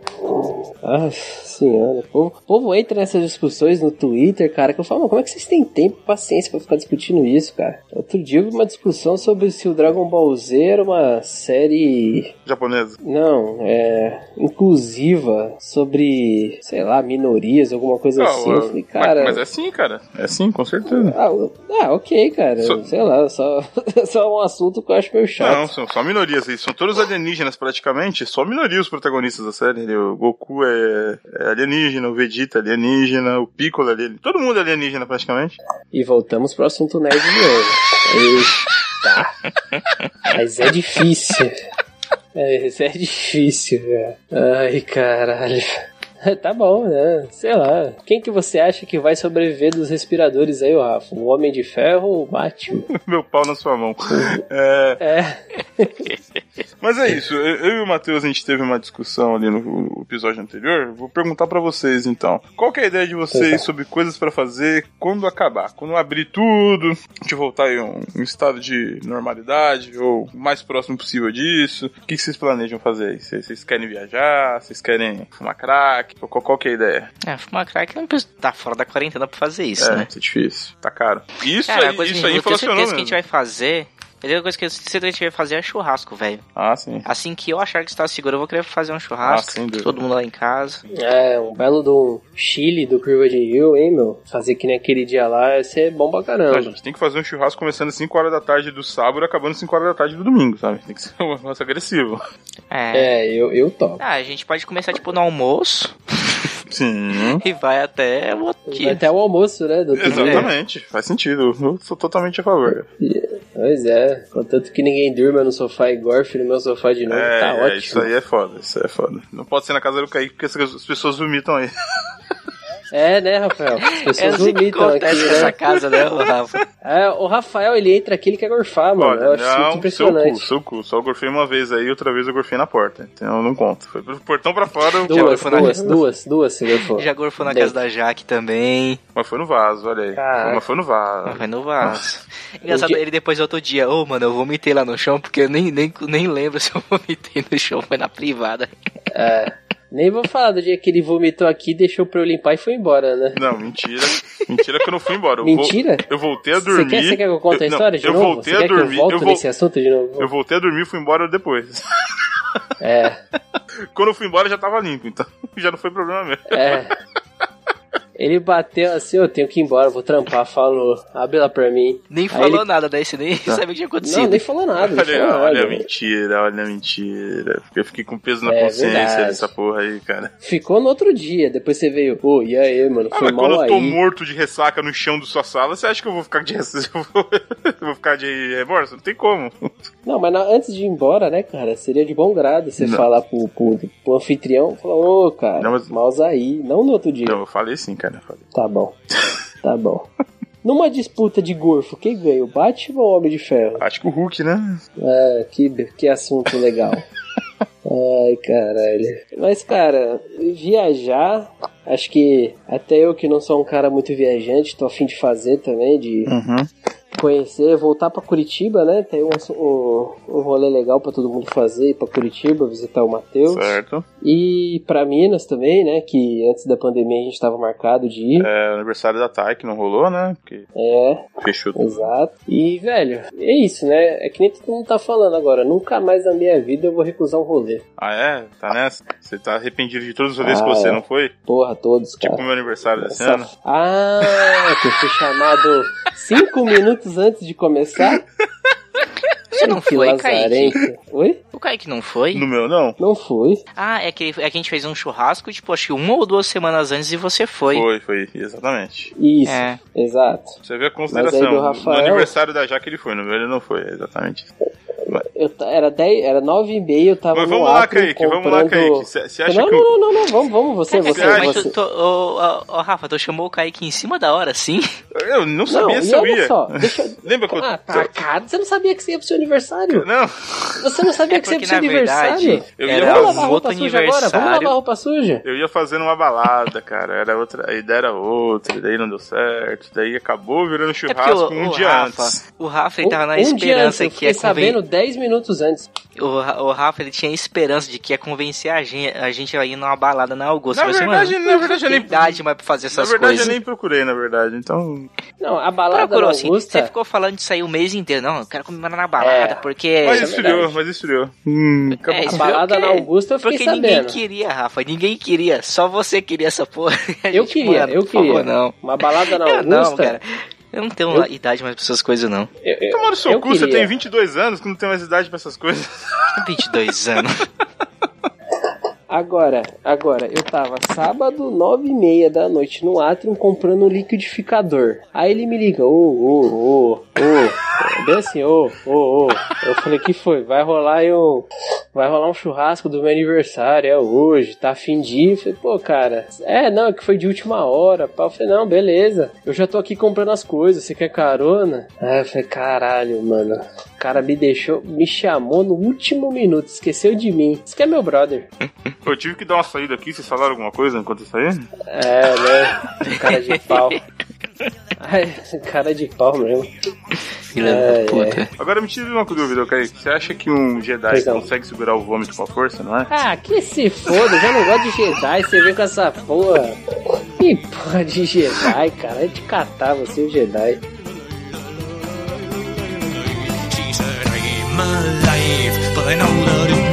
S4: Ah, senhora. O povo, o povo entra nessas discussões no Twitter, cara, que eu falo, "Mano, como é que vocês têm tempo e paciência pra ficar discutindo isso, cara? Outro dia eu vi uma discussão sobre se o Dragon Ball Z era uma série
S2: japonesa?
S4: Não, é inclusiva sobre, sei lá, minorias, alguma coisa assim.
S2: Não,
S4: Eu
S2: ó,
S4: falei,
S2: mas-
S4: cara.
S2: mas é sim, cara. É sim, com certeza.
S4: ah, eu- ah, ok, cara.
S2: Só-
S4: Sei lá, só, só um assunto que eu acho meio
S2: Não,
S4: chato.
S2: são só minorias aí. São todos alienígenas praticamente. Só minoria os protagonistas da série. entendeu? O Goku é, é alienígena, o Vegeta é alienígena, o Piccolo é alienígena. Todo mundo é alienígena praticamente.
S4: E voltamos pro assunto nerd de hoje. Eita. Mas é difícil. É, isso é difícil, velho. Ai, caralho. Tá bom, né? Sei lá. Quem que você acha que vai sobreviver dos respiradores aí, ô Rafa? O Homem de Ferro ou o Batman?
S2: Meu pau na sua mão. É.
S4: É.
S2: Mas é isso, eu, eu e o Matheus a gente teve uma discussão ali no, no episódio anterior. Vou perguntar pra vocês então. Qual que é a ideia de vocês
S4: Exato.
S2: sobre coisas pra fazer quando acabar? Quando abrir tudo, a gente voltar em um, um estado de normalidade ou o mais próximo possível disso? O que, que vocês planejam fazer aí? Vocês, vocês querem viajar? Vocês querem fumar crack? Qual, qual que é a ideia?
S3: É, fumar crack não precisa tá fora da quarentena pra fazer isso,
S2: é,
S3: né?
S2: isso é difícil. Tá caro. Isso
S3: Cara, a
S2: aí,
S3: coisa
S2: isso
S3: que
S2: aí
S3: eu tenho certeza
S2: inflacionou
S3: que a gente
S2: mesmo.
S3: vai fazer. A única coisa que eu tenho certeza que a gente vai fazer é churrasco, velho.
S2: Ah, sim.
S3: Assim que eu achar que está seguro, eu vou querer fazer um churrasco.
S2: sem dúvida.
S3: todo mundo lá em casa.
S4: É, um belo do Chile do Curva de Rio, hein, meu? Fazer que nem aquele dia lá, ia ser bom pra
S2: A
S4: caramba.
S2: gente tem que fazer um churrasco começando às 5 horas da tarde do sábado e acabando às 5 horas da tarde do domingo, sabe? Tem que ser um negócio agressivo.
S3: É.
S4: É, eu, eu topo.
S3: Ah, a gente pode começar, tipo, no almoço
S2: Sim.
S3: e vai até o outro dia.
S4: Até o almoço, né, doutor?
S2: Exatamente, faz sentido. Eu sou totalmente a favor.
S4: Pois é, contanto que ninguém durma no sofá e gorfe no meu sofá de novo,
S2: É,
S4: tá
S2: é,
S4: ótimo.
S2: isso aí é foda, isso aí é foda. Não pode ser na casa do Kaique porque as as pessoas vomitam aí.
S4: É, né, Rafael? As pessoas
S3: é assim que
S4: vomitam aqui,
S3: acontece com essa
S4: né?
S3: casa, né, o Rafa?
S4: É, o Rafael, ele entra aqui, ele quer gorfar, mano. eu
S2: Olha,
S4: acho isso muito
S2: não, seu cu,
S4: impressionante.
S2: seu cu. Só gorfei uma vez aí, outra vez eu gorfei na porta. Então eu não conto. Foi pro portão pra fora, eu-
S4: Duas,
S3: gorfou na
S4: duas, duas, duas, se gorfou.
S3: Já gorfou na casa da Jaque também.
S2: mas foi no vaso, olha aí.
S4: Caraca.
S2: Mas foi no vaso.
S3: Não vai no vaso. Engraçado,
S4: Hum. O que-
S3: ele depois outro dia, ô mano, eu vomitei lá no chão, porque eu nem, nem, nem lembro se eu vomitei no chão, foi na privada.
S4: Nem vou falar do dia que ele vomitou aqui, deixou pra eu limpar e foi embora, né?
S2: Não, mentira. mentira que eu não fui embora. Eu
S4: Mentira?
S2: Vou, eu voltei a
S4: Você
S2: dormir.
S4: quer, você quer que eu conte a
S2: Eu- não,
S4: história de
S2: eu
S4: novo?
S2: voltei
S4: você
S2: a
S4: quer que
S2: dormir,
S4: eu volto
S2: eu vou-
S4: nesse assunto de novo?
S2: Eu voltei a dormir e fui embora depois.
S4: É,
S2: Quando eu fui embora já tava limpo, então já não foi problema mesmo.
S4: é. Ele bateu assim, eu tenho que ir embora, vou trampar, falou. Abre lá pra mim.
S3: Nem
S4: Aí
S3: falou
S4: ele- Tá.
S3: nada, daí você nem sabia o que tinha
S4: Não,
S3: acontecido.
S4: nem falou nada, não falou
S2: Olha,
S4: nada.
S2: olha a mentira, olha a mentira. Porque eu fiquei com peso na
S4: É
S2: consciência
S4: verdade.
S2: dessa porra aí, cara.
S4: Ficou no outro dia, depois você veio, ô, e aí, mano,
S2: Ah,
S4: foi
S2: mas quando
S4: mal
S2: eu tô
S4: aí.
S2: morto de ressaca no chão da sua sala, você acha que eu vou ficar de ressaca? Eu vou, eu vou ficar de remorso? Não tem como.
S4: Não, mas na- antes de ir embora, né, cara, seria de bom grado você
S2: Não.
S4: falar pro, pro, pro anfitrião, falar, ô, cara,
S2: Não, mas-
S4: maus aí, não no outro dia.
S2: Então, eu falei sim, cara. eu Falei.
S4: Tá bom, tá bom. Numa disputa de gorfo, quem ganha, o Batman ou o Homem de Ferro?
S2: Acho que o Hulk, né?
S4: É, que, que assunto legal. Ai, caralho. Mas, cara, viajar, acho que até eu que não sou um cara muito viajante, tô afim de fazer também, de
S2: Uhum.
S4: conhecer, voltar pra Curitiba, né? Tem um, um, um rolê legal pra todo mundo fazer, ir pra Curitiba, visitar o Matheus.
S2: Certo.
S4: E pra Minas também, né? Que antes da pandemia a gente tava marcado de ir.
S2: É, o aniversário da Thay que não rolou, né? Porque
S4: É,
S2: fechou tudo.
S4: exato. E, velho, é isso, né? É que nem todo mundo tá falando agora. Nunca mais na minha vida eu vou recusar um rolê.
S2: Ah, é? Tá nessa? Você tá arrependido de todos os rolês
S4: Ah,
S2: que você
S4: é.
S2: não foi?
S4: Porra, todos,
S2: Tipo
S4: cara.
S2: o meu aniversário desse
S4: Essa-
S2: ano?
S4: Ah, que eu fui chamado cinco minutos antes de começar.
S3: Você não
S4: Que
S3: foi, Kaique?
S4: lazarento. Oi?
S3: O Kaique não foi?
S2: No meu, não?
S4: Não fui.
S3: Ah, é que, é que a gente fez um churrasco, tipo, acho que uma ou duas semanas antes e você foi.
S2: Foi, foi, exatamente.
S4: Isso,
S3: É.
S4: exato.
S2: Você vê a
S4: Mas aí do
S2: consideração.
S4: Rafael-
S2: No aniversário da Jaque ele foi, no meu ele não foi, é exatamente. isso.
S4: Eu ta- era 10, era 9 e meia, eu tava
S2: Mas
S4: no
S2: vamos lá,
S4: Acre
S2: Kaique, vamos lá,
S4: comprando-
S2: Kaique. Você você acha
S4: não,
S2: que o.
S4: não, não, não, não, vamos, vamos, você,
S3: Caraca,
S4: você,
S3: mas
S4: você.
S3: tu, tu, ô, ô, ô, Rafa, tu chamou o Kaique em cima da hora, sim?
S2: Eu não
S4: Não,
S2: sabia
S4: e
S2: se eu
S4: olha
S2: ia.
S4: só, deixa eu...
S2: Lembra quando.
S4: Ah, tá, cara, você não sabia que você ia pro seu aniversário?
S2: Não,
S4: Você não sabia
S3: É
S4: que você ia
S3: porque,
S4: pro seu
S3: na
S4: aniversário?
S3: verdade,
S2: Eu ia
S3: era
S4: Vamos
S2: fazer
S4: lavar
S3: um
S4: a
S3: outro
S4: roupa suja agora? Vamos lavar a
S3: aniversário.
S4: roupa suja?
S2: eu ia fazendo uma balada, cara. Era outra, a ideia era outra, daí não deu certo, daí acabou virando
S3: É porque
S2: churrasco
S3: o,
S2: um
S3: o
S2: dia
S3: Rafa,
S2: antes.
S3: o Rafa, ele tava na
S4: um dia antes,
S3: esperança
S4: eu
S3: que é
S4: fiquei
S3: conven...
S4: sabendo 10 minutos antes.
S3: O, Ra- o Rafa, ele tinha esperança de que ia convencer a gente a, gente a ir numa balada na Augusta.
S2: Na
S3: Mas,
S2: verdade,
S3: mano,
S2: na verdade, eu
S3: tem
S2: nem-
S3: idade mais pra fazer
S2: Na
S3: essas
S2: verdade,
S3: coisas.
S2: eu nem procurei, na verdade, então.
S4: Não, a balada
S3: Procurou,
S4: na
S3: assim,
S4: Augusta...
S3: você ficou falando disso aí o mês inteiro. Não, eu quero comemorar na balada,
S4: É.
S3: porque...
S2: mas
S4: é
S2: esfriou,
S4: verdade.
S2: mas esfriou. Hum, acabou.
S3: É,
S4: A
S3: isso
S4: balada
S3: porque-
S4: na Augusta eu fiquei
S3: Porque ninguém
S4: sabendo.
S3: queria, Rafa, ninguém queria. Só você queria essa porra. A
S4: Eu
S3: gente,
S4: queria,
S3: mano,
S4: eu
S3: por favor,
S4: queria.
S3: não.
S4: Uma balada na
S3: Eu não,
S4: Augusta...
S3: cara. Então, Eu não tenho
S4: Eu-
S3: idade mais pra essas coisas, não.
S4: eu- eu-
S2: Tomara o seu
S4: eu
S2: cu, você
S4: queria.
S2: tem 22 anos, que não tem mais idade pra essas coisas.
S3: 22 anos.
S4: Agora, agora, eu tava sábado, nove e meia da noite no Atrium comprando um liquidificador. Aí ele me liga, ô, ô, ô, ô, bem assim, ô, ô, ô. Eu falei, que foi? Vai rolar aí um, vai rolar um churrasco do meu aniversário, é hoje, tá afim de ir? Eu Falei, pô, cara, é, não, é que foi de última hora, pá. Eu falei, não, beleza, eu já tô aqui comprando as coisas, você quer carona? Aí eu falei, caralho, mano, o cara me deixou, me chamou no último minuto, esqueceu de mim. Isso que é meu brother.
S2: Eu tive que dar uma saída aqui, vocês falaram alguma coisa enquanto eu saí?
S4: É, né? Cara de pau. Ai, cara de pau mesmo.
S3: Filha da
S4: É,
S3: puta.
S2: Agora me tira uma dúvida, Kaique. Você acha que um Jedi
S4: Pois não.
S2: consegue segurar o vômito com a força, não é?
S4: Ah, que se foda, eu já não gosto de Jedi, você vem com essa porra. Que porra de Jedi, cara? É de catar você, o Jedi.
S5: She said, I'm alive, but I know that it